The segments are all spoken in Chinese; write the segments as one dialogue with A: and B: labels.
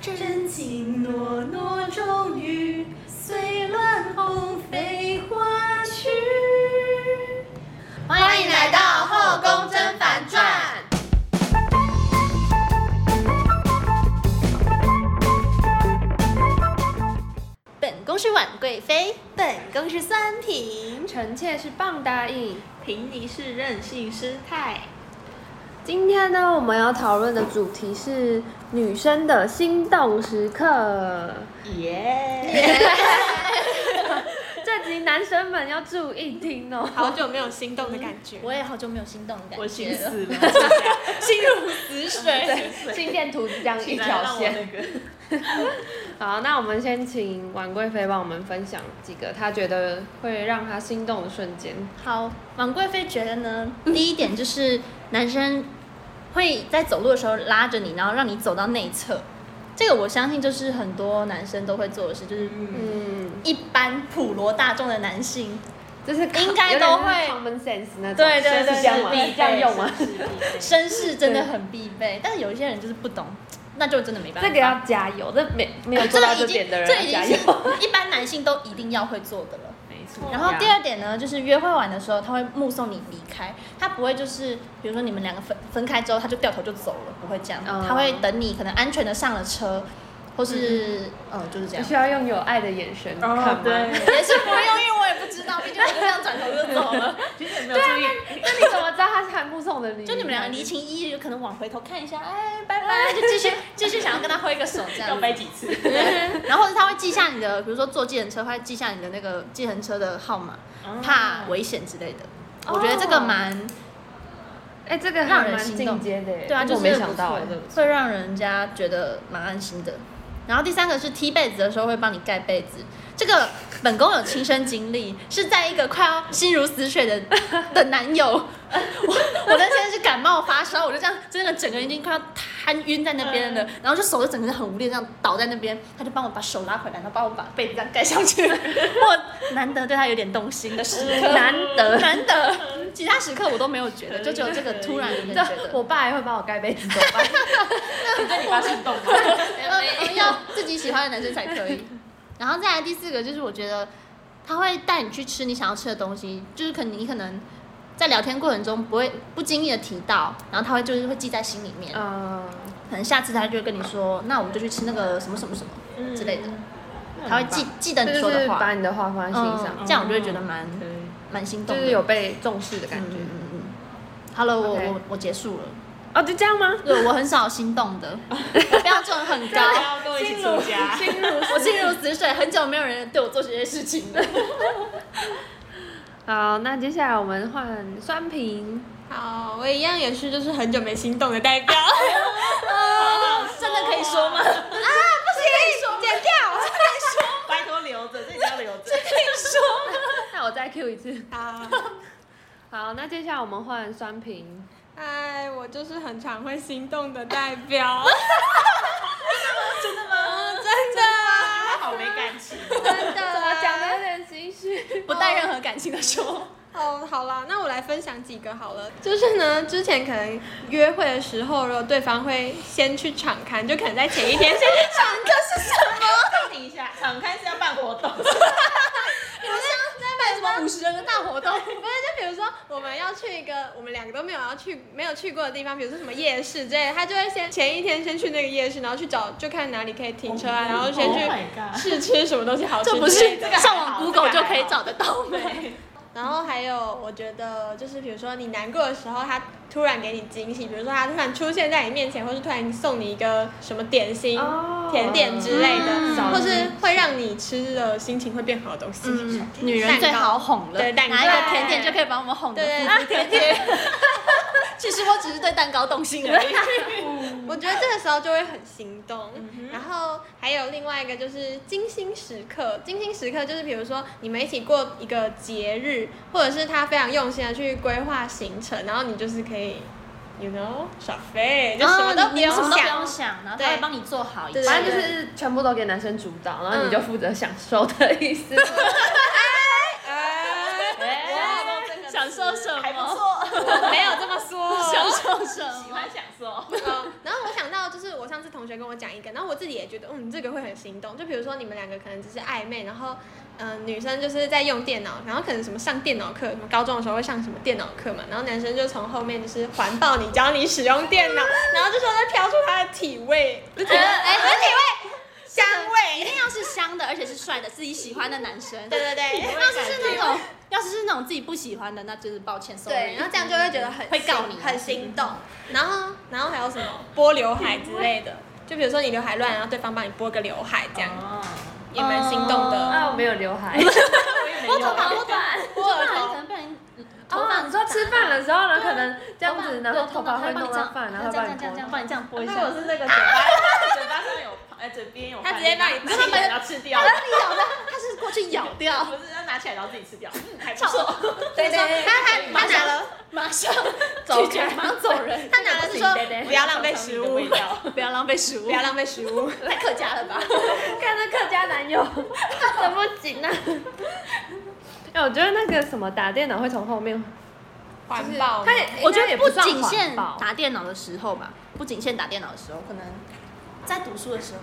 A: 真情诺诺终于随乱红飞花去。
B: 欢迎来到《后宫甄嬛传》。
A: 本宫是婉贵妃，
B: 本宫是酸萍，
C: 臣妾是棒答应。
D: 平尼是任性失态。
C: 今天呢，我们要讨论的主题是女生的心动时刻。
D: 耶、
C: 这集男生们要注意听哦。
D: 好久没有心动的感觉，
A: 我也好久没有心动的感觉了，
D: 我心死了，这
A: 心如死水。
C: 心电图只这样一条
D: 样
C: 线。
D: 个
C: 好，那我们先请婉贵妃帮我们分享几个她觉得会让她心动的瞬间。
A: 好，王贵妃觉得呢，第一点就是男生会在走路的时候拉着你，然后让你走到内侧。这个我相信就是很多男生都会做的事，就是
C: 嗯，
A: 一般普罗大众的男性，
C: 就是
A: 应该都会
C: common sense 那种。
A: 对对对
C: 是这样吗？
A: 是
C: 是这样用吗？？
A: 绅士真的很必备。但是有一些人就是不懂，那就真的没办法。
C: 这个要加油，这没没有做到这点的人
A: 这
C: 要
A: 已
C: 加
A: 经
C: 油
A: 是。一般男性都一定要会做的了。
D: 没错。
A: 然后第二点呢，就是约会完的时候，他会目送你离开，他不会就是比如说你们两个分分开之后，他就掉头就走了，不会这样，
C: 嗯
A: 他会等你可能安全的上了车，或是呃就是这样
C: 需，要用有爱的眼神
A: 哦
C: 看
D: 哦
C: 吗？
A: 也是不会用，因为我也不知道，毕竟我就这样转头就走了。
D: 其实也没有注意，
C: 那你怎么知道他是韩目送的你？
A: 就你们两个离情依依，有可能往回头看一下，哎，拜拜，就继续 继续想要跟他挥个手这样
D: 要
A: 子。
D: 背几次？
A: 然后他会记下你的，比如说坐计程车，他会记下你的那个计程车的号码，
D: 哦嗯
A: 怕危险之类的。
C: 哦
A: 我觉得这个蛮
C: 哎、这个
A: 让
C: 还
A: 人
C: 蛮
A: 心
C: 进
A: 动
C: 阶的耶，
A: 对啊，就
C: 我
A: 是
C: 没想到哎
A: 不错，会让人家觉得蛮安心的。然后第三个是踢被子的时候会帮你盖被子，这个本宫有亲身经历，是在一个快要心如死水的的男友，我我那天是感冒发烧，我就这样真的整个人已经快要瘫晕在那边了，
C: 嗯
A: 然后就手就整个人很无力这样倒在那边，他就帮我把手拉回来，然后帮我把被子这样盖上 去，我难得对他有点动心的时刻，
C: 嗯难得
A: 难得，其他时刻我都没有觉得，就只有这个突然有点觉得
C: 这。我爸也会帮我盖被子，怎么办？
D: 那你发心动吗？
A: 要要自己喜欢的男生才可以。然后再来第四个就是，我觉得他会带你去吃你想要吃的东西，就是可能你可能在聊天过程中不会不经意的提到，然后他会就是会记在心里面，
C: 嗯，
A: 可能下次他就会跟你说，那我们就去吃那个什么什么什么
D: 嗯
A: 之类的，他会记记得你
C: 这就
A: 说
C: 是
A: 的话
C: 把，你的话放在心上，
A: 嗯，这样我就会觉得蛮蛮心
C: 就
A: 动的，
C: 是有被重视的感觉。
A: 嗯嗯嗯。好了，我
C: OK
A: 我我结束了。
C: 哦，就这样吗？
A: 对，我很少心动的，我标准很 高。
D: 要跟我一起出家。
C: 心 如
A: 我心如死水，很久没有人对我做这些事情了。
C: 好，那接下来我们换酸瓶，
D: 好，我一样也是，就是很久没心动的代 表。
A: 真的可以说吗？啊，不行，剪掉。
D: 拜托留着，这一定要留着。
C: 那我再 Q 一次。
D: 好，
C: 好，那接下来我们换酸瓶，
E: 哎，我就是很常会心动的代 表。
D: 嗯他好没感情。哦
C: 真的，怎么讲的有点心虚。
A: 不带任何感情的说，
E: 哦，好啦，那我来分享几个好了。就是呢，之前可能约会的时候，如果对方会先去敞开，就可能在前一天先。
D: 暂停一下，敞开是要办活动。
A: 办什么五十人的大活动？
D: Oh
E: 不是，就比如说我们要去一个我们两个都没有要去、没有去过的地方，比如说什么夜市之类的，他就会先前一天先去那个夜市，然后去找就看哪里可以停车啊，然后先去
D: Oh my god
E: 试吃什么东西好吃
A: 这不
E: 之类
A: 是
E: 的。
A: 上网 Google 就可以找得到吗？
E: 然后还有，我觉得就是比如说你难过的时候，他突然给你惊喜，比如说他突然出现在你面前，或是突然送你一个什么点心、
C: 哦
E: 甜点之类的，
A: 嗯
E: 或是会让你吃了心情会变好的东西。
A: 嗯女人最好哄了，
E: 对蛋糕
A: 拿一个甜点就可以把我们哄的
E: 对啊
A: 服服帖帖。其实我只是对蛋糕动心而已。
E: 我觉得这个时候就会很心动。
A: 嗯
E: 然后还有另外一个就是精心时刻，精心时刻就是比如说你们一起过一个节日，或者是他非常用心的去规划行程，然后你就是可以，you know，耍废，就什么都
A: 哦
E: 不
A: 你你
E: 用
A: 什么都不用
E: 想。
A: 想，然后他
E: 对
A: 会帮你做好一切。
E: 对
C: 反正就是全部都给男生主导，然后你就负责享受的意思。
E: 哎
A: 哎享受什么？
D: 错，
E: 我没有这么说。
A: 享受什么？
D: 享受。
E: 嗯然后我想到就是我上上次同学跟我讲一个，然后我自己也觉得，嗯，这个会很心动。就比如说你们两个可能只是暧昧，然后，嗯、女生就是在用电脑，然后可能什么上电脑课，什么高中的时候会上什么电脑课嘛，然后男生就从后面就是环抱你，教你使用电 脑，然后这时候就飘出他的体味，
A: 哎，而
D: 香
A: 且一
D: 味，
A: 定要是香的，而且是帅的，自己喜欢的男生。
E: 对对对，
A: 要哦是是那种，要是是那种自己不喜欢的，那就是抱歉
E: 对，
A: ，sorry
E: 然。后这样就会觉得很
A: 会告
E: 心
A: 你
E: 很心动。然后，然后还有什么拨刘海之类的，就比如说你刘海乱，然后对方帮你拨个刘海，这样、也蛮心动的。
C: 啊，我没有刘 海。
E: 哦
A: 拨头发，拨头发，拨
E: 耳
A: 哎头发，
E: 朵
A: 可能不小心嗯头
C: 哦，
A: 发
C: 你说吃饭的时候呢，可能这
A: 头发
C: 样子，
A: 哦对
C: 然后头发会
A: 帮
C: 弄
A: 你这
C: 到
A: 样
C: 饭，然后
A: 这样
C: 帮
A: 这样这
C: 你
A: 样，帮你这样拨一
D: 那
A: 下。
D: 我是那个嘴巴，哎嘴巴上有，哎，嘴边有，
E: 他直接把你
D: 拿起来然后吃掉，
A: 咬的，他是过去咬掉，
D: 不是，要拿起来然后自己吃掉，嗯，还不错，
E: 对对，他他他拿了，
A: 马上
C: 走
A: 拒绝，马上走人，
E: 他拿的是说不要浪费 食物，
D: 味道。
A: 不要浪费食物
E: 不要浪费食物。
A: 太客家了吧？
C: 这样，看这客家男友怎么紧啊？哎，我觉得那个什么打电脑会从后面，
E: 环保，
C: 他也
A: 我觉
C: 应该
A: 得
C: 也
A: 不
C: 算
A: 仅限
C: 环保
A: 打电脑的时候吧，不仅限打电脑的时候，可能在读书的时候，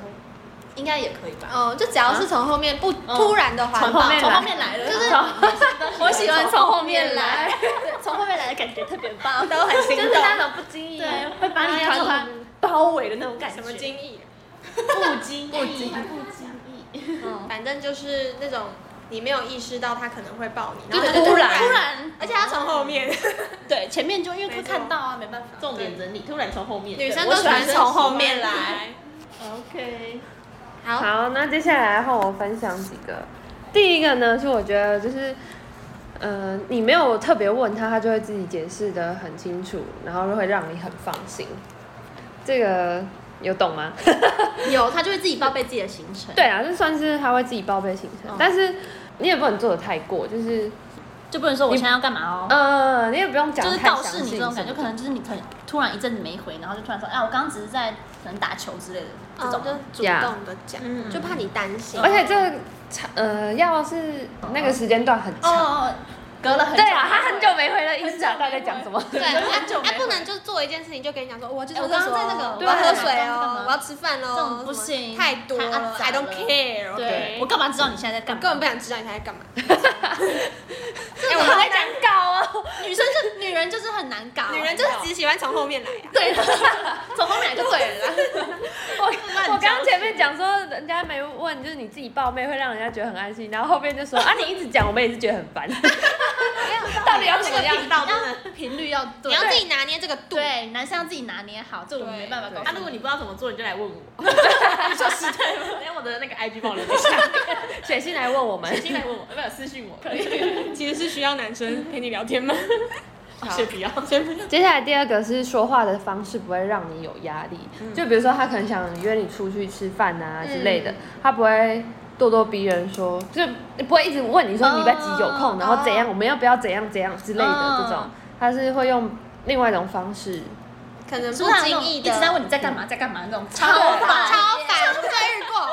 A: 应该也可以吧。
E: 嗯，就只要是从后面不突然的环
C: 从后
E: 抱，
C: 面
A: 哦从
C: 来
A: 后面来了，就是
C: 我喜欢从后面来，
A: 来，从后面来的感觉特别棒。 啊
E: 都很心
C: 就是
E: 动。
C: 那种不经意，
A: 对，会 把 你团
C: 团团
A: 团包围的那种感觉。
E: 什么精益？
D: 不经意，
E: 反正就是那种你没有意识到他可能会抱你，然后
A: 对
E: 他就
A: 突
E: 然，嗯
A: 突然，
E: 而且他从后面，
A: 对前面就因为会
E: 没错
A: 看到啊，没办法。
D: 重点整理，突然从后面，
E: 女生
D: 对
E: 都
D: 我
E: 喜
D: 喜欢
E: 欢从后面来。
A: OK，
E: 好，
C: 好，那接下来换我分享几个。第一个呢，是我觉得就是，呃，你没有特别问他，他就会自己解释的很清楚，然后就会让你很放心。这个有懂吗？
A: 嗯有他就会自己报备自己的行程。
C: 对啊，这算是他会自己报备行程，
A: 嗯
C: 但是你也不能做的太过，就是
A: 就不能说我现在要干嘛哦，
C: 呃，你也不用讲
A: 就是
C: 太
A: 告
C: 详
A: 示
C: 细
A: 你这种感觉，
C: 什
A: 可
C: 么的
A: 能就是你可能突然一阵子没回，然后就突然说，哎，我刚刚只是在可能打球之类的这
E: 哦
A: 种。
E: 就主
C: 呀
E: 动的讲，
A: 嗯
E: 就怕你担心
C: 而。且这个长呃，要是那个时间段很
A: 哦
C: 长，
A: 哦，哦隔了很久
C: 对啊，他很久没回了，一直大概在讲什么？
E: 对，
A: 很久
E: 他
A: 没
E: 他不能就做一件事情就跟你讲说，我就是
A: 哎我刚刚在那个
E: 哦我要喝
A: 对刚
E: 水
A: 刚在干
E: 哦
A: 嘛，
E: 我要吃饭哦，
A: 这种不
E: 什么
A: 行
E: 太多
A: 太
E: 了
A: 阿杂
E: ，I don't
A: 了对
E: care，OK
A: 我干嘛知道你现在在干嘛？
E: 根本不想知道你在 干嘛。
C: 哎，我 们在讲稿哦。
A: 女生就女人就是很难搞，啊
E: 女人就是只喜欢从后面来啊，
A: 对，从后面来就对了啦。
C: 我我刚刚前面讲说人家没问，就是你自己报备会让人家觉得很安心，然后后面就说啊你一直讲，我们也是觉得很 烦。到底要怎么样？
D: 到真的。
A: 频率要对，
E: 你要自己拿捏这个度。
A: 对，男生要自己拿捏好，这我们没办法
C: 对
A: 搞。
D: 啊，如果你不知道怎么做，你就来问我。说实在，连我的那个 IG 帮我留一下，
C: 写信来问我们，
D: 进来问我，不要私信我，可以。
E: 其实是需要男生陪你聊天吗？
D: 先不要，
C: 接下来第二个是说话的方式不会让你有压力，就比如说他可能想约你出去吃饭啊之类的，他不会咄咄逼人说，就不会一直问你说
A: 哦
C: 你礼拜几有空，然后怎样，
E: 哦
C: 我们要不要怎样怎样之类的
A: 哦
C: 这种，他是会用另外一种方式。
E: 可能
A: 是
E: 不
A: 不是那
E: 经
A: 种
E: 意
A: 一
E: 的
A: 直在问你在干嘛，在干嘛那种超
E: 超
A: 烦，
E: 烦，超烦，我在遇过。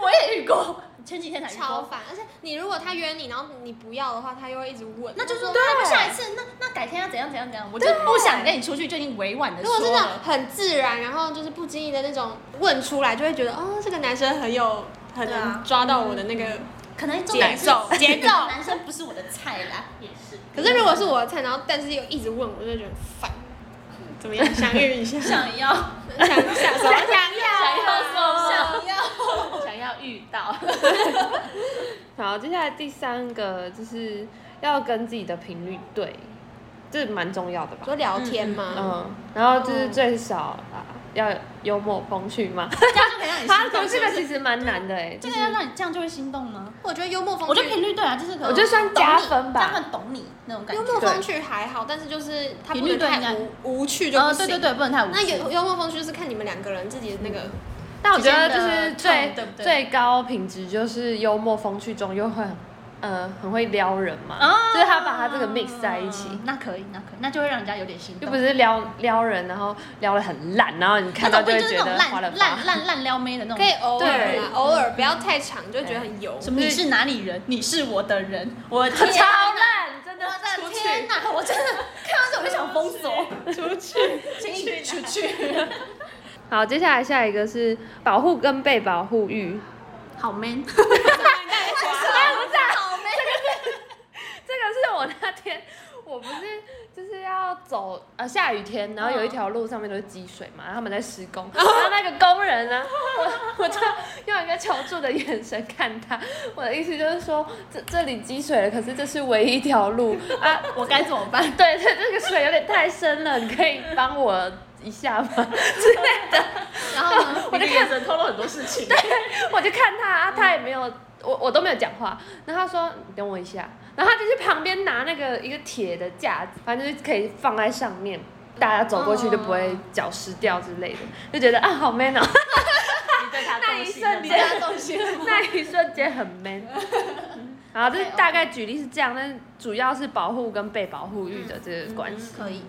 A: 我也遇过，前几天才遇
E: 超
A: 过。
E: 烦，而且你如果他约你，然后你不要的话，他又会一直问。
A: 那就说，那不下一次，那那改天要怎样怎样怎样，我就不想跟你出去，就已经委婉的
E: 如
A: 说
E: 果是那种
A: 了。
E: 很自然，然后就是不经意的那种问出来，就会觉得哦，这个男生很有很
A: 对啊嗯
E: 能抓到我的那个。
A: 可能重点是
E: 节奏节奏
A: 男生不是我的菜啦，
D: 也是。
E: 可是如果是我的菜，然后但是又一直问我，就会觉得很烦。怎么样？相遇一下，想
A: 想要
E: 想想想
A: 想
E: 要
A: 要说想要，
D: 想要遇到，
C: 好，接下来第三个就是要跟自己的频率对，这蛮重要的吧？
E: 说聊天吗？
C: 嗯，然后就是最少啊，要幽默风趣嘛。
A: 这样就可以 让你
C: 他
A: 心
C: 从
A: 动。
C: 这个其实蛮难的哎，就
A: 这
C: 是
A: 个要让你这样就会心动吗？
E: 我觉得幽默风
A: 我觉得
E: 趣，
A: 频率对啊，就是可能
C: 我觉得算加分
A: 懂你这
C: 吧
A: 样很懂你那种感觉
E: 幽。默风趣还好，但是就是他不
A: 频率
E: 能
A: 对应
E: 太
A: 该
E: 无无趣就
A: 呃，
E: 不
A: 对
E: 行。
A: 对对，嗯不能太无
E: 那
A: 趣。
E: 幽幽默风趣就是看你们两个人自己的那个
C: 但我觉得就是
A: 之间的 tone，
C: 最
A: 对不对
C: 最高品质就是幽默风趣中又会很呃很会撩人嘛，
A: 啊
C: 就是他把他这个 mix 在一起。
A: 嗯那可以，那可以，那就会让人家有点心
C: 又
A: 动。
C: 不是撩撩人，然后撩的很烂，然后你看
A: 那
C: 到
A: 种不
C: 就会
A: 就是
C: 觉
A: 那
C: 得
A: 种
C: 花了
A: 烂烂
C: 吧。
A: 烂烂撩妹的那
E: 可以
A: 种。
E: 偶尔
C: 对
E: 啦，偶尔不要太长，就会觉得很油。
A: 什么？
C: 就
A: 你
C: 是
A: 是哪里人？你是我的人。我的天
C: 超
A: 哪
C: 烂，真的
A: 我
C: 出
A: 的
C: 去
A: 天哪！我真的看到这我就想封锁，
D: 出去，
A: 请你出去。
C: 好，接下来下一个是保护跟被保护欲，
A: 好 man，
C: 这个是我那天 我不是就是要走呃下雨天，然后有一条路上面都是积水嘛，然后他们在施工，然后那个工人呢， 我我就用一个求助的眼神看他，我的意思就是说这这里积水了，可是这是唯一一条路啊，
A: 我该怎么办？
C: 对对，这个水有点太深了，你可以帮我一下吗？之类的。
A: 然后呢？
D: 我的眼神透露很多事情。
C: 我就看他，啊他也没有，我我都没有讲话。然后他说：“你等我一下。”然后他就去旁边拿那个一个铁的架子，反正就是可以放在上面，大家走过去就不会脚湿掉之类的，就觉得啊好 man 哦。
D: 你对他
C: 那
D: 动
C: 一
D: 心
C: 瞬
D: 了，
C: 间，
A: 东西。
C: 那一瞬间很 man。好，这大概举例是这样，但是主要是保护跟被保护欲的这个关系。
A: 可以。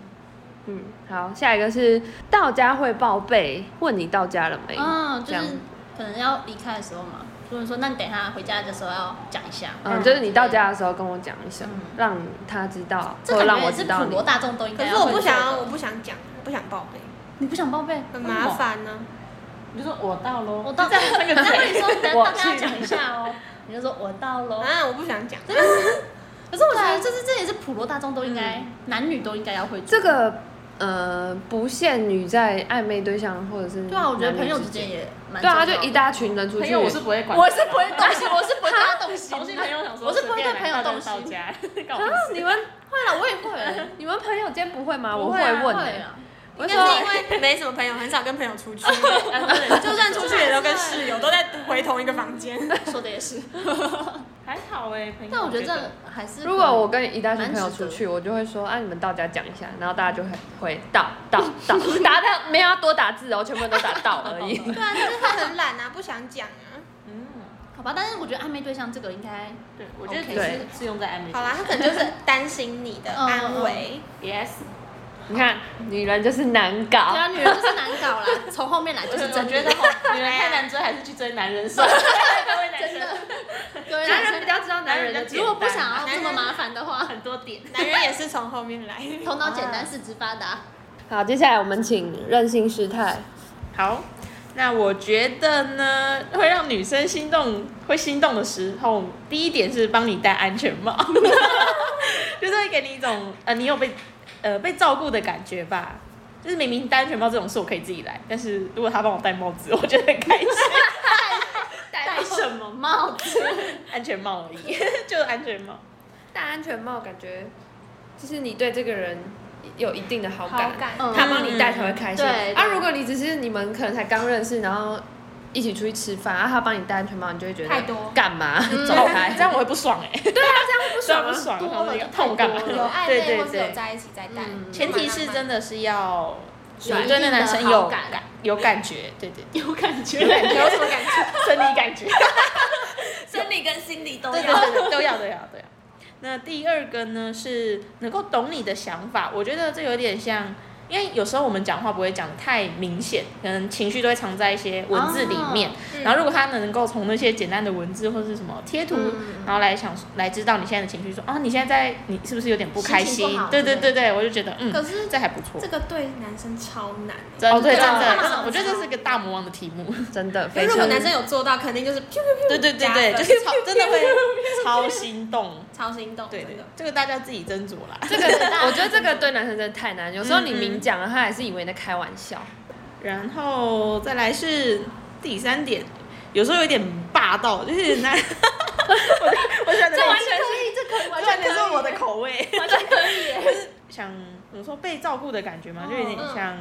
C: 嗯，好，下一个是到家会报备，问你到家了没？
A: 嗯，就
C: 这样
A: 是可能要离开的时候嘛，如果说那你等一下回家的时候要讲一下。
C: 嗯，就是你到家的时候跟我讲一声，
A: 嗯
C: 让他知道，
A: 这
C: 或
A: 感
C: 让
A: 觉
C: 我
A: 也是
C: 知道
A: 普
C: 你
A: 罗。大众都应
E: 可
A: 该。
E: 是我不想要，嗯我，不想讲，我不想报备，
A: 你不想报备，
E: 很麻。烦啊呢、
D: 你就说我到喽。
A: 我 到这样，那
D: 个嘴
A: 你说，等一下
C: 我
A: 大家
C: 去
A: 讲一下哦。你就说我到喽。
E: 啊，我不想讲。
A: 可是我觉得，就是这也是普罗大众都应该，男女都应该要会做
C: 这。个呃，不限于在暧昧对象或者是
A: 对啊，我觉得
C: 男女
A: 朋友
C: 之
A: 之间也蛮
C: 对啊，
A: 重要
C: 就
A: 的
C: 一大群人出
D: 朋
C: 去，
D: 友我是不会管，
A: 我是不会动心，我是不会对他动 心。
D: 同性朋友想说，
A: 我是不会对朋友动
D: 动
A: 心
D: 到。家， 搞
C: 啊
D: 不好，
C: 你们
A: 会了，我也会。
C: 你们朋友间不会吗？我
A: 啊
C: 问
A: 会
C: 欸，
A: 啊
C: 我
E: 应
C: 就
E: 该是因
C: 说
E: 为没什么朋友，很少跟朋友出去，
D: 啊对
E: 就算出去也都跟室友都在回同一个房 间。
A: 说的也是。
D: 还好哎，朋友。
A: 但我觉得这还是
C: 如果我跟一大群朋友
A: 蛮值
C: 出
A: 得
C: 去，我就会说啊，你们到家讲一下，然后大家就会回到到到， 打的没有要多打字哦，全部都打到而 已。
E: 对啊，就是他很懒啊，不想讲啊。
D: 嗯，
A: 好吧，但是我觉得暧昧对象这个应该
D: 对，我觉得
A: OK
D: 只是适用在暧昧。
E: 好啦，他可能就是担心你的安
A: 嗯
E: 危。
D: ，yes，
C: 你看，女人就是难搞
A: 对。啊，女人就是难搞啦，从后面来就是
D: 我
A: 真
D: 觉得
A: 的。
D: 吼 女人太难追，还是去追男人算了。各位男生，
A: 各位
C: 男
A: 男
C: 人比
A: 生，
C: 较知道男人的
A: 如
C: 简
A: 果不
C: 单
A: 想要这么麻烦的话，
D: 很多点。
E: 男人也是从后面来。
A: 头脑简单，四肢发达。
C: 好，接下来我们请任性师太。
D: 好，那我觉得呢，会让女生心动，会心动的时候，第一点是帮你戴安全帽，就是会给你一种呃，你有被呃被照顾的感觉吧。就是明明戴安全帽这种事我可以自己来，但是如果他帮我戴帽子，我觉得很开心。
A: 戴
D: 什么
A: 帽子？
D: 安全帽而已， 就是安全帽。
C: 戴安全帽感觉就是你对这个人有一定的好感，
A: 嗯
C: 他帮你戴才会开
A: 嗯
C: 心。
A: 对
C: 啊，如果你只是你们可能才刚认识，然后一起出去吃饭，啊，他帮你戴安全帽，你就会觉得
E: 太多
C: 干嘛 走
D: 走
C: 开
D: 开，这样我会不爽哎、欸。对啊，这样
C: 啊
D: 会 不爽，
A: 多了就
D: 痛感。
A: 太多
E: 有
A: 了
E: 暧
D: 对
E: 昧
D: 对
E: 或是有
D: 对，
E: 在一起再带，
C: 嗯
D: 前提是真
E: 的。
D: 的是要
A: 有一定的
D: 对那男生有
A: 好感
D: 有感觉，对对对，
A: 有感觉
D: 有 感觉，
E: 有什么感觉？
D: 生理感觉，
B: 生理跟心理都
D: 对对
B: 要。
D: 对对，都要都要都要。那第二个呢是能够懂你的想法，我觉得这有点像。因为有时候我们讲话不会讲得太明显，可能情绪都会藏在一些文字里面。
A: 哦
E: 嗯
D: 然后如果他能够从那些简单的文字或是什么贴图，然后来想来知道你现在的情绪，说啊，你现在在你是不是有点不开
A: 心情
D: 心
A: 不好？
D: 对对
A: 之
D: 对对，我就觉得嗯，
E: 可是
D: 这还不错
E: 这。个对男生超难欸。
D: 真
C: 哦对
D: 对，真
C: 这
D: 的
C: 个
D: 真的，我觉得这是个大魔王的题目。
C: 真的
E: 因
C: 非
E: 为如
C: 常
E: 果。男生有做到，肯定就是
D: 对对对对，
E: 加分
D: 就是超真的会超心动。
E: 超心动，
D: 对
E: 真
D: 对
E: 的。，
D: 这个大家自己斟酌啦。
C: 这个，我觉得这个对男生真的太难。有时候你
D: 嗯嗯
C: 明讲了，他还是以为你在开玩笑。
D: 然后再来是第三点，有时候有点霸道，就是 男，我我选的
C: 这完
D: 全
A: 可以，这可以完
D: 完
A: 全
D: 全
A: 可
D: 是
A: 以，
D: 我的口味，
A: 完全可以耶。
D: 想怎么说被照顾的感觉嘛，就有点
E: 嗯
D: 像。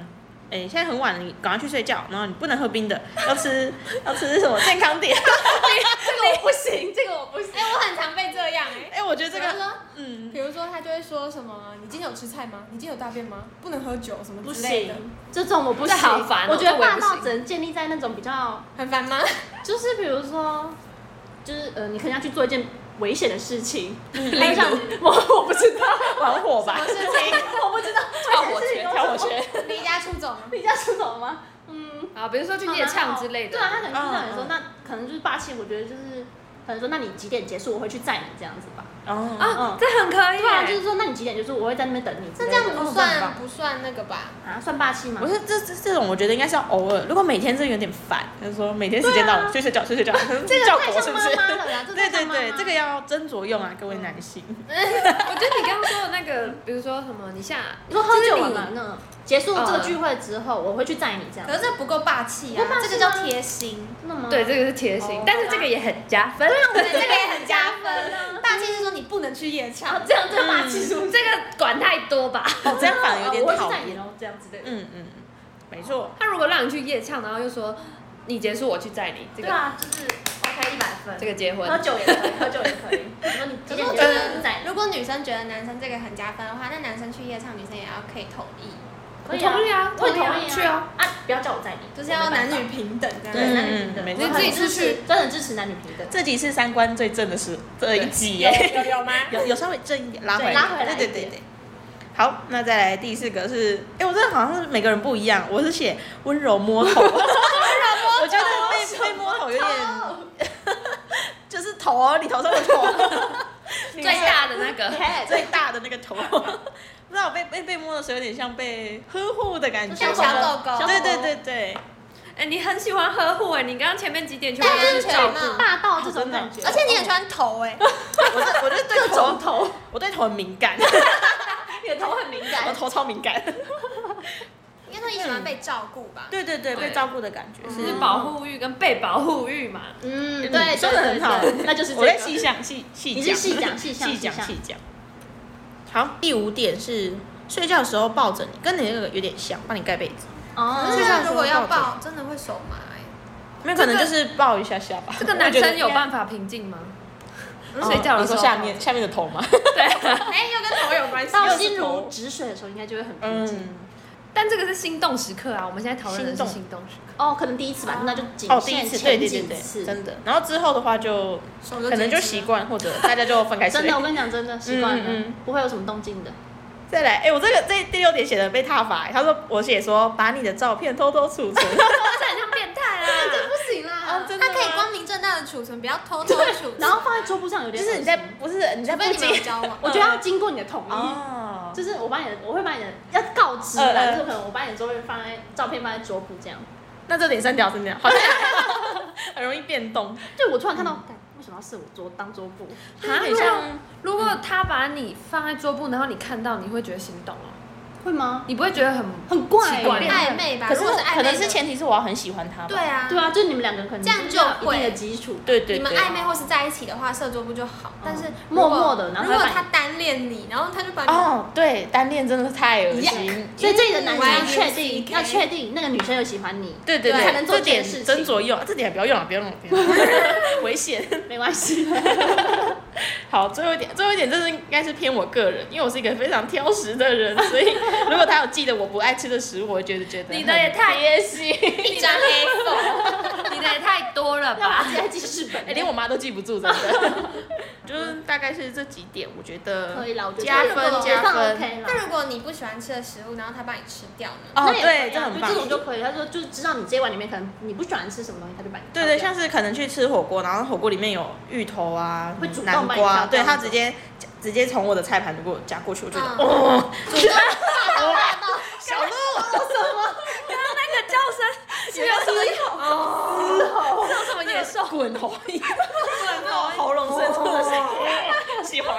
D: 哎、现在很晚了，你赶快去睡觉，然后你不能喝冰的，要吃 要吃什么健康 点。
A: 这个我不行，这个我不行。
E: 哎，我很常被这样哎。
D: 哎、我觉得这
E: 比如
D: 个，
E: 说，
D: 嗯，
E: 比如说他就会说什么：“你今天有吃菜吗？你今天有大便吗？不能喝酒什么
D: 不
E: 之类的，
D: 行
A: 这种我不
C: 这
A: 行，
C: 好烦哦
A: 我觉
C: 这
A: 得
C: 我也
A: 霸
C: 不
A: 道
C: 行
A: 只能建立在那种比较，
E: 很烦吗？”
A: 就是比如说，就是呃，你可能要去做一件危险的事情，例像我我不知道，
D: 玩火吧，
E: 事情
A: 我不知道，
D: 跳火圈，跳火圈。
E: 离家出走吗？
A: 你家出走吗？嗯，
C: 啊，比如说去夜唱之类的。
A: 对啊，他可能就这样说，
D: 嗯嗯
A: 那可能就是霸气，我觉得就是可能说，那你几点结束，我会去载你这样子吧。
D: 哦
C: 啊，
D: 嗯
C: 这很可以
A: 对啊，就
C: 耶。
A: 是说，那你几点？就是我会在那边等你之
E: 那
A: 类
E: 这
A: 的。
E: 样不
A: 哦
E: 算不算那个吧？
A: 啊，算霸气吗
D: 不？是这这这种，我觉得应该是要偶尔。如果每天这有点烦，就是说每天时间到了睡睡觉睡睡觉，啊这
A: 这个
D: 叫
A: 太
D: 狗是
A: 像
D: 不
A: 妈
D: 是？
A: 妈了啦，这
D: 对
A: 太
D: 对
A: 像妈妈
D: 对，这个要斟酌用啊，各位男性。
C: 我觉得你刚刚说的那个，比如说什么，你下
A: 你说喝酒完了呢，结束这个
C: 嗯
A: 聚会之后，我会去载你这样
B: 可。是这不够霸气啊
A: 不霸，气
B: 这
A: 吗
B: 个叫贴心，
A: 真的吗？
C: 对，这个是贴心，但是这个也很加分。
B: 对， 这个也很加分啊。霸气是说你不能去夜场，
A: 这样这个霸
D: 嗯
A: 气是不
C: 这个管太多吧？
D: 哦，这样反而有
A: 我
D: 点
A: 会
D: 讨
A: 去载你
D: 厌。
A: 喽，这样之类的。
D: 嗯嗯，没错。
C: 他如果让你去夜唱，然后又说你结束我去载你，这
A: 对
C: 个
A: 啊，哦就是 OK 一百分
C: 这。个结婚
A: 喝，酒也可以，喝酒也可以。你说你
E: 可
A: 几
E: 是
A: 点
E: 我
A: 结
E: 觉
A: 束
E: 得
A: 载，你？
E: 如果女生觉得男生这个很加分的话，那男生去夜唱，女生也要可以同意，
A: 可以
C: 我同意啊
A: 我也
C: 同意啊
A: 同意
C: 去啊。
A: 啊，不要叫我载你，
E: 就是要男
A: 我没
E: 女
A: 办法。
E: 平等这
A: 对，
E: 样。
A: 男女平
D: 嗯
A: 等，
D: 没
A: 我
D: 错
A: 很
E: 自己出
A: 支持
E: 去
A: 真的支持男女平等。
D: 这集是三观最正的时这一集耶，
E: 有有吗？
D: 有有稍微正一点，拉回来，
A: 对拉回来
D: 对
A: 一
D: 对对
A: 点
D: 对。好，那再来第四个是，哎，我这好像是每个人不一样，我是写温柔摸头， 温柔摸头，我觉得被被摸头有点， 就是头哦，你头上的 头，
C: 最大的那 个，
D: 最大的那个头， 不知道我被被被摸的时候有点像被呵护的感觉，
E: 就像小狗狗
D: 对对对对，
C: 哎，你很喜欢呵护哎，你刚刚前面几点去
E: 但
A: 啊
C: 帮
E: 是
C: 人
E: 全
C: 照顾？
E: 嘛，
A: 霸道这种感觉，
E: 而且你很喜欢头 哎，
D: 我是我就是对头头，我对头很敏 感，
A: 你的头很敏
D: 我
A: 感。
D: 头超敏感，
E: 应该说你喜欢被照顾吧？
D: 对对对，被照顾的感觉
C: 就是是保护欲跟被保护欲嘛。
A: 嗯，对，
D: 对，
A: 对
D: 说的很好
A: 对对，那就是这
D: 我在
A: 个。
D: 细想细细
A: 你
D: 讲，
A: 是细讲细想
D: 细讲
A: 细想
D: 细讲。好，第五点是睡觉的时候抱着你，跟你那个有点像，帮你盖被子，
A: 哦
E: 可
D: 就是像
E: 嗯他如果要
D: 这样子
E: 抱，真的会手麻哎。
D: 那可能就是抱一下下吧。
C: 这个男生有办法平静吗？睡觉
D: 嗯你
C: 的时
D: 说哦
C: 候
D: 下面下面的头吗？
E: 哎，又跟头有关系
A: 到
D: 又是
A: 心
D: 头
A: 如止水的时候，应该就会很平静。
D: 嗯，
C: 但这个是心动时刻啊，我们现在讨论的
D: 心
C: 是
D: 动
C: 心动时刻。
A: 哦，可能第一次吧，那就仅
D: 哦，第一
A: 限
D: 次，对
A: 前
D: 对
A: 几
D: 对对，
A: 次。
D: 真的。然后之后的话就
E: 手
D: 可能就习惯，或者大家就分开睡
A: 真。的，我跟你讲，真的习惯
D: 哎嗯嗯
A: 了，不会有什么动 静的。
D: 再来，哎、我这个这第六点写的被踏伐、哎他说我写说把你的照片偷偷储存，
C: 这很像变 态啊！
E: 不行啦
D: 哦真的
E: 他
D: 吗
E: 可以光明正大的储存，不要偷偷储存。
A: 然后放在桌布上有
D: 就
A: 点恶心，
D: 是你在 不是你在
E: 除
D: 不
E: 非你们有
D: 经
E: 交往，
A: 我觉得要经过你的同意，
D: 哦，
A: 就是我把你的，我会把你的要告知啦，
D: 嗯嗯
A: 就是可能我把你的桌面放在照片放在桌布这样。
D: 那这点删掉删掉，好像很容易变动，
A: 对，我突然看到，
D: 嗯
A: 干为什么要是我桌当桌布？
D: 有点
C: 如果
D: 像
C: 如果他把你放在桌布，然后你看到，你会觉得心动哦，
A: 会吗？
C: 你不会觉得很
A: 很怪
C: 奇怪
A: 欸。
E: 暧昧吧。
D: 可是
E: 如果是暧
D: 可
E: 昧的
D: 能是前提是我要很喜欢他吧，
E: 对啊，
A: 对啊，就是你们两个可能
E: 这样就
A: 有一定
E: 会
A: 的基础。
D: 对对对，
E: 你们暧昧或是在一起的话，射桌布就好。但是如
A: 默
E: 果
A: 默地然后
E: 如果
A: 他把
E: 他单恋你，然后他就把你，
D: 哦，对，单恋真的是太恶心，
A: 所以这里的男生要
E: 嗯
A: 确定，
E: YMCK
A: 要确定那个女生有喜欢你，
D: 对对对，
A: 才能做
D: 这
A: 这件
D: 点
A: 事
D: 斟
A: 情。
D: 酌用，啊这点不要用了，不要用了，不要 用了危险。
A: 没关系，
D: 好，最后一点，最后一点，这是应该是偏我个人，因为我是一个非常挑食的人，所以如果他有记得我不爱吃的食物，我会觉得觉得
C: 你的也太
D: 野心，
E: 一张 A
C: 你的也太多了
A: 那我
C: 吧？
A: 直接记事本
D: 哎，。连我妈都记不住，真的。 就是大概是这几点，我觉得
A: 可以啦，我觉得
D: 加
A: 这个
D: 分
A: 这
D: 加
A: 样
D: 分。
A: OK 啦
E: 4。。那如果你不喜欢吃的食物，然后他帮你吃掉呢？
D: 哦，
A: 那也可以啊
D: 对，这很
A: 就
D: 棒
A: 这。种就可以。他说就是知道你这一碗里面可能你不喜欢吃什么东西，他就把你
D: 对对，像是可能去吃火锅，然后火锅里面有芋头啊
A: 会主、动
D: 南
A: 帮你挑
D: 瓜，
A: 到
D: 对
A: 那
D: 他
A: 种
D: 直接直接从我的菜盘如果夹过去，我觉得
E: 嗯
D: 哦，
A: 小鹿
C: 那个叫声是有什么？哦，是有什么野兽？
D: 滚喉音，滚喉，喉咙深处的声音，喜欢。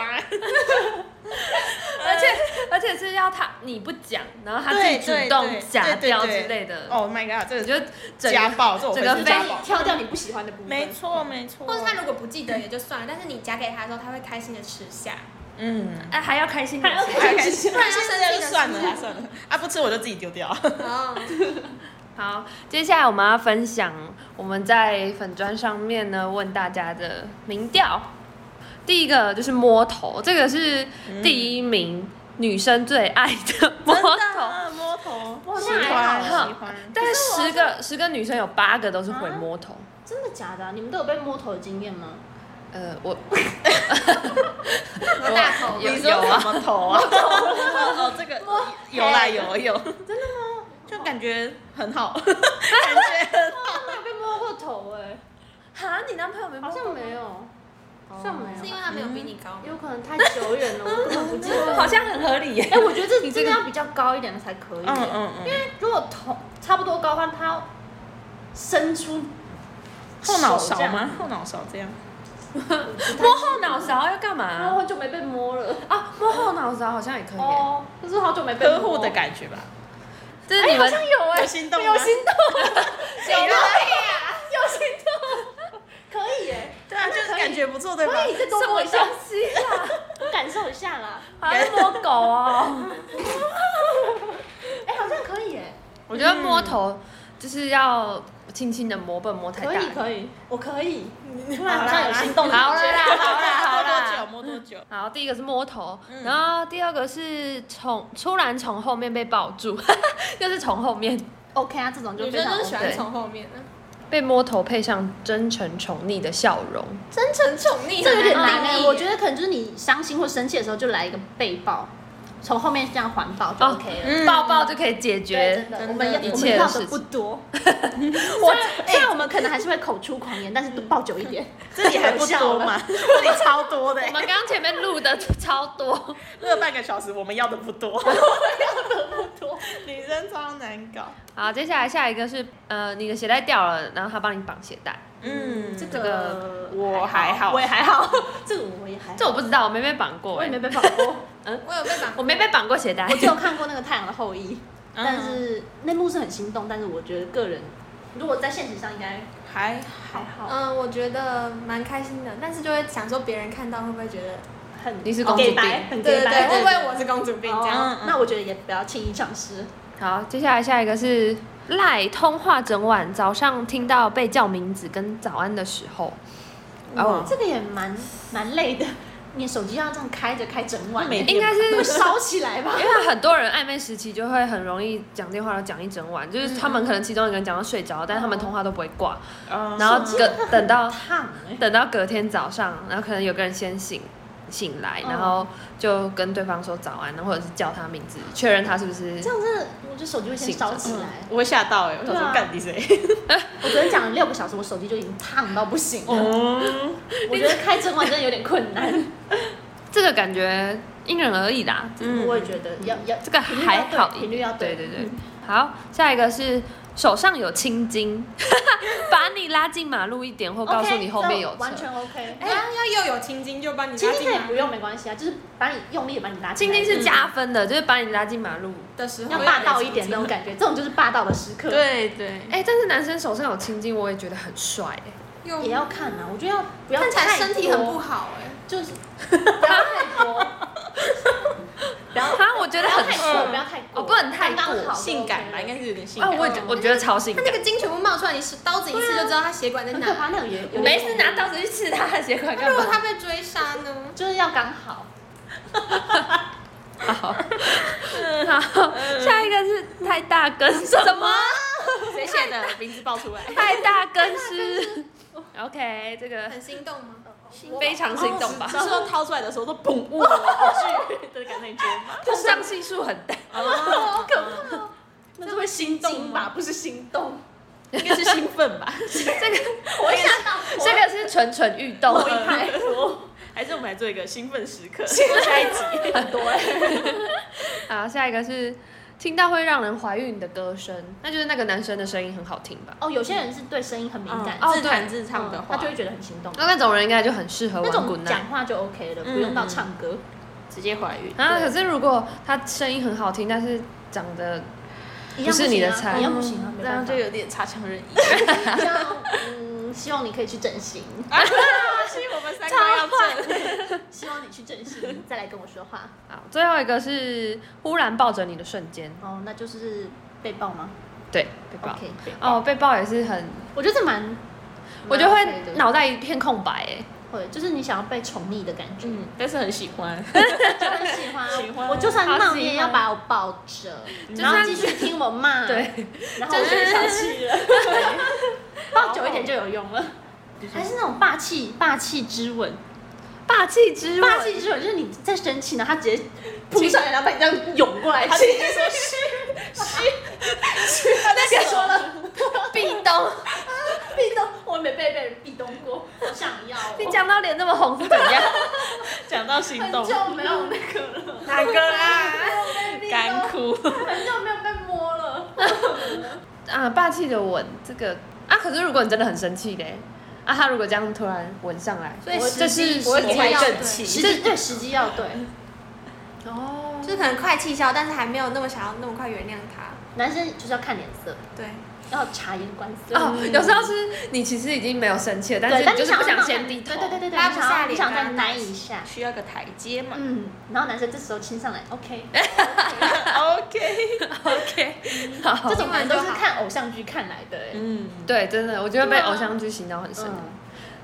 C: 而且而且是要他你不讲，然后他自
D: 对
C: 己
D: 对
C: 主动
D: 对
C: 夹
D: 对对
C: 掉
D: 对
C: 之类的。
D: Oh my god，这
C: 我
D: 个
C: 觉得整
D: 家
C: 个
D: 暴，这种
C: 整个
D: 会是
C: 非
D: 家
A: 帮
D: 暴
A: 你。挑掉你不喜欢的部分。
D: 呃没错没错，
E: 或者他如果不记得也就算了，但是你夹给他的时候，他会开心的吃下。
D: 嗯，
C: 哎还要开心的
A: 还要
C: 吃
A: 开
D: 开心，不然
E: 生
D: 现
E: 气
D: 在就
E: 的
D: 算了
E: 事
D: 啦算了，啊不吃我就自己丢掉。
E: 哦，
C: 好，接下来我们要分享我们在粉砖上面呢问大家的民调。第一个就是摸头，这个是
D: 嗯
C: 第一名，女生最爱的摸头。
D: 的啊摸头，
A: 哇
D: 喜
A: 那还
D: 欢
A: 好
D: 喜欢。
C: 大概十个十个女生有八个都是
D: 啊
C: 会摸头。
A: 真的假的啊？你们都有被摸头的经验吗？
C: 呃，我
E: 摸大头，
C: 有
D: 你说什么头啊？哦，这个有啦有有，真的吗？就感觉很好，感觉
A: 我没有被摸过头哎，
C: 哈，你男朋友没
A: 好像没有。
B: 算没
E: 是因
B: 有
E: 为
B: 吧，
E: 他没有比你高吗。
B: 有可能太久远了，我根本不记得。
D: 好像很合理耶。
A: 哎、我觉得这这个要比较高一点的才可以。
D: 嗯嗯嗯，因为
A: 如果同差不多高的话，他要伸出
D: 后脑
A: 手
D: 勺
A: 这样
D: 吗？？后脑勺这样，
C: 摸后脑勺要干
A: 然后
C: 嘛？
A: 很久没被摸了。
C: 啊，摸后脑勺好像也可以耶。
A: 哦，就是好久没被摸
D: 呵护的感觉吧。
C: 这是你们
A: 有 哎、
D: 有心动吗
A: 有心动，
D: 有
A: 有
D: 啊，
A: 有心动，可以耶、
D: 对啊，就是感觉不错，对吧？
A: 可以再多摸一下
C: 什么，东西啊？
A: 感受一下啦。
C: 好像摸狗
A: 啊
C: 哦。
A: 哎、好像可以耶、
C: 我觉得摸头就是要轻轻的摸，不能摸太大。
A: 可以可以，我可以。突然
D: 好
A: 好
D: 啦
A: 像有心动的
C: 好
A: 感
C: 啦
A: 觉。
C: 啦，嗯好啦，好
D: 摸多久？摸
C: 啦。
D: 多久？
C: 好，第一个是摸头，
A: 嗯
C: 然后第二个是从突然从后面被抱住， 就是从后面
A: OK 啊，这种就
E: 女
A: 非
E: 生
A: 常
E: 就是喜
A: OK。
E: 欢从后面的，
C: 被摸头，配上真诚宠溺的笑容。
E: 真诚宠溺，
A: 这有点
E: 很欸
A: 难哎、
E: 定义
A: 我觉得可能就是你伤心或生气的时候，就来一个被抱，从后面这样环抱就
C: 哦
A: OK 了。
D: 嗯
C: 抱抱就可以解
A: 对，
C: 决
A: 真。的，
D: 真的
A: 我们要
D: 一
A: 我
C: 切
A: 们
C: 的
A: 要
C: 事
A: 的
C: 情
A: 不多。 我虽然我们可能还是会口出狂言，但是抱久一点。
D: 这里还不多吗？这里超多的
C: 我，们刚刚前面录的超多，
D: 录了半个小时，我们要的不多，女生超难搞。
C: 好，接下来下一个是呃，你的鞋带掉了，然后他帮你绑鞋带。
D: 嗯，
A: 这
C: 这个
A: 个
D: 我还好
A: 我也还好，这个我也还好，
C: 这我不知道，我没被绑过、
A: 我
C: 欸，
A: 也没被抱过，
E: 我有被绑，
C: 我没被绑过鞋带
A: 我。只有看过那个《太阳的后裔》，但
D: 嗯
A: 是那幕是很心动，但是我觉得个人如果在现实上应该
D: 还
A: 还好，
E: 嗯，我觉得蛮开心的，但是就会想说别人看到会不会觉得，
A: 很
C: 你是公主
A: 哦
C: 病
A: 给白很
E: 对
A: 给
E: 对
A: 白
E: 对，会
A: 对
E: 不
A: 对
E: 会我是公主病
A: 哦
E: 这样？
D: 嗯嗯
A: 那我觉得也不要轻易尝试。
C: 好，接下来下一个是赖通话整晚，早上听到被叫名字跟早安的时候，哦，
A: 嗯这个也蛮蛮累的，你手机要这样开着开整晚，
D: 每天
C: 应该是
A: 会烧起来 吧？
C: 因为很多人暧昧时期就会很容易讲电话，然后讲一整晚，
A: 嗯
C: 就是他们可能其中一个人讲到睡着，但是他们通话都不会挂，
D: 嗯
C: 然后隔
A: 哦
C: 等到
A: 烫哎、
C: 等到隔天早上，然后可能有个人先醒醒来，
A: 哦
C: 然后就跟对方说早安，或者是叫他名字，确认他是不是
A: 这。样真的，我觉得手机会先烧起来。
D: 我会吓到哎，我想
A: 对
D: 说
A: 啊
D: 干你谁？
A: 我昨天讲了六个小时，我手机就已经烫到不行了。
D: 哦，
A: 我觉得开整晚真的有点困难。
C: 这个感觉因人而异啦，
D: 嗯
A: 我也觉得要要
C: 这个
A: 频率
C: 还
A: 要对
C: 好，
A: 频率要
C: 对
A: 对
C: 对对。好，下一个是手上有青筋， 把你拉进马路一点，或
A: OK，
C: 告诉你后面有
A: 这
C: 车
A: 完。全 OK。
E: 哎，要又有青筋就把你拉
A: 其实
E: 进
A: 可以不
E: 来
A: 用没关系啊，就是把你用力地把你拉进
C: 青
A: 来
C: 筋是加分的，就是把你拉进马路。
E: 的时候，
A: 要霸道一点那种感觉，这种就是霸道的时刻。，
D: 对对，
C: 哎、但是男生手上有青筋，我也觉得很帅、哎
E: 觉，又
A: 也要看啊，我觉得要不要
E: 看起来
A: 太
E: 身体很
A: 多
E: 不好哎，
A: 就是不要太多，不要
C: 哈我觉得很
A: 不要太过，不要太过，
C: 哦不能太过
A: 刚刚好就
D: 性感
A: OK
D: 吧，
A: 了
D: 应该是有点性
C: 啊，
D: 感。
C: 我也觉我觉得超性
E: 他
C: 感
E: 那。个筋全部冒出来，你是刀子一刺就知道他血管在
A: 很可
E: 哪。
A: 怕，那种也有
C: 我没事拿，刀子去刺他的血管
E: 那
C: 干
E: 如果
C: 嘛？
E: 他被追杀呢？
A: 就是要刚好。
C: 好，好，下一个是太大根嗯什么？
D: 谁写的？名字报出来。
C: 太大根是 OK，这个
E: 很心动吗？
C: 非常心动吧？
D: 是说掏出来的时候都砰，哇，好巨的感觉吗？
C: 膨胀系数很大。
D: 好可怕，
A: 那是会心
D: 动
A: 动
D: 吧
A: 吧？不是心动，
D: 应该是兴奋吧？
C: 这个
A: 我吓到我
C: 这个是蠢蠢欲 动。
A: 我一拍我
D: 还是我们来做一个兴奋时刻，下一集。
A: 很多哎，
C: 好，下一个是听到会让人怀孕的歌声，那就是那个男生的声音很好听吧？
A: 哦，有些人是对声音很敏感，
C: 嗯哦
D: 自弹自唱的
A: 嗯
D: 话，
A: 他就会觉得很心动。
C: 那那种人应该就很适合
A: 那
C: 玩
A: 种
C: 滚蛋
A: 讲话就 OK 了，
D: 嗯
A: 不用到唱歌。
D: 直接怀孕。
C: 啊。
A: 对
C: 可是如果他声音很好听，但是长得
A: 一样
C: 不是你的
A: 行啊
C: 菜
A: 一样不行啊，没
D: 那
A: 办
D: 样
A: 法
D: 就。有点差强人意。
A: 这样嗯， 希望你可以去整形，
D: 所以我们三个要正。
A: 希望你去整形，再来跟我说话。
C: 好，啊最后一个是忽然抱着你的瞬间，
A: 哦，那就是被爆吗
C: 对，被抱。
A: ？OK，
C: 哦，被抱也是很，
A: 我觉得这蛮，蛮
C: 我就
A: OK
C: 会
A: 的
C: 脑袋一片空白哎。
A: 会，就是你想要被宠溺的感觉，
D: 嗯，但是很喜欢。
A: 就很喜欢啊
D: 喜欢
A: 我就算
C: 好
A: 闹
C: 喜
A: 你也要
C: 欢
A: 把我抱着，
C: 就
A: 然后
C: 算
A: 继续听我骂，，
C: 对，
A: 然后我
C: 就
A: 就是小气了，抱久一点就有用了。还是那种霸气霸气之吻，
C: 霸气之
A: 霸
C: 吻。
A: 气之吻就是你在生气，然后他直接扑上来，然后把你这样涌过来，气 说嘘嘘嘘，他在说了，
C: 壁咚，
A: 壁咚，我没被被人壁咚过，想要哦，
C: 你讲到脸那么红是怎样？
D: 讲到心
A: 很
D: 动，
A: 久没有那 个了，
D: 哪个啦？干哭，
A: 很久没有被摸了。
C: 啊，霸气的吻这个啊，可是如果你真的很生气嘞，啊，他如果这样突然吻上来，
A: 所以
C: 我
A: 实
C: 这
A: 际
C: 是
A: 我会
D: 你
A: 觉得
D: 会
A: 要
D: 更
A: 时
D: 气。
A: 机对嗯时机要对，
C: 哦，
E: 就是可能快气消，但是还没有那么想要那么快原谅他。
A: 男生就是要看脸色，
E: 对，
A: 要察言观色。
C: 哦，有时候是你其实已经没有生气了，但
A: 对，
C: 是
A: 但
C: 你
A: 你
C: 就是不
A: 要
C: 想
A: 闹
C: 先
A: 他
C: 低头，
A: 对对对对对，
E: 拉
A: 你
E: 不
A: 想
E: 下
A: 要
E: 脸
A: 你想
E: 跟
A: 再
E: 他
A: 奶
E: 打
A: 一啊下，
D: 需要个台阶嘛
A: 嗯，然后男生这时候亲上来，OK，
C: 哎
D: 嗯？OK，
A: 这种人都是看偶像剧看来的，哎，
D: 嗯，
C: 对，真的，我觉得被
A: 对啊
C: 偶像剧洗脑很深。
A: 嗯，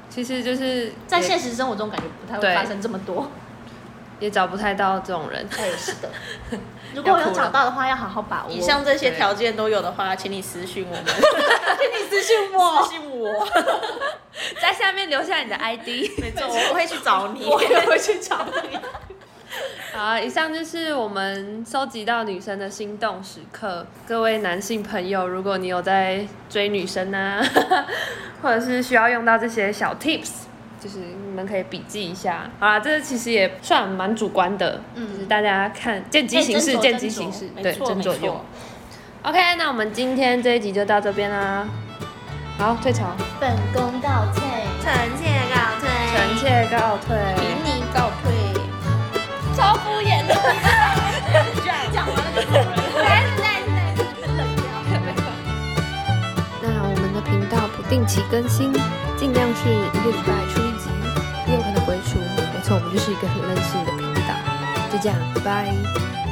C: 其实就是
A: 在
C: 也
A: 现实生活中感觉不太会
C: 对
A: 发生这么多。
C: 也找不太到这 种人。
A: 哎，是的，如果有找到的话，要好好把握。
D: 以上这些条件都有的话，请你私信我们，
A: 你私信
D: 私，信我，
C: 在下面留下你的 ID。
D: 没错， 我会去找你，
A: 我也 会去找你。
C: 好啊，以上就是我们收集到女生的心动时刻。各位男性朋友，如果你有在追女生啊， 或者是需要用到这些小 tips。就是你们可以笔记一下，好啦，这其实也算蛮主观的，
A: 嗯哎
C: 就是大家看见机行事，
A: 可以斟酌
C: 见机
A: 斟酌
C: 行事，
D: 没
C: 对，
D: 错
C: 斟
D: 没
C: 酌
D: 错
C: 用。OK，那我们今天这一集就到这边啦，好，退潮，
A: 本宫告退。
E: 臣妾告退，
C: 臣妾告退，
E: 你告退。
F: 那我们的频道不定期更新，尽量是一个礼拜出一集，也有可能不会出。没错，我们就是一个很任性的频道。就这样，拜拜。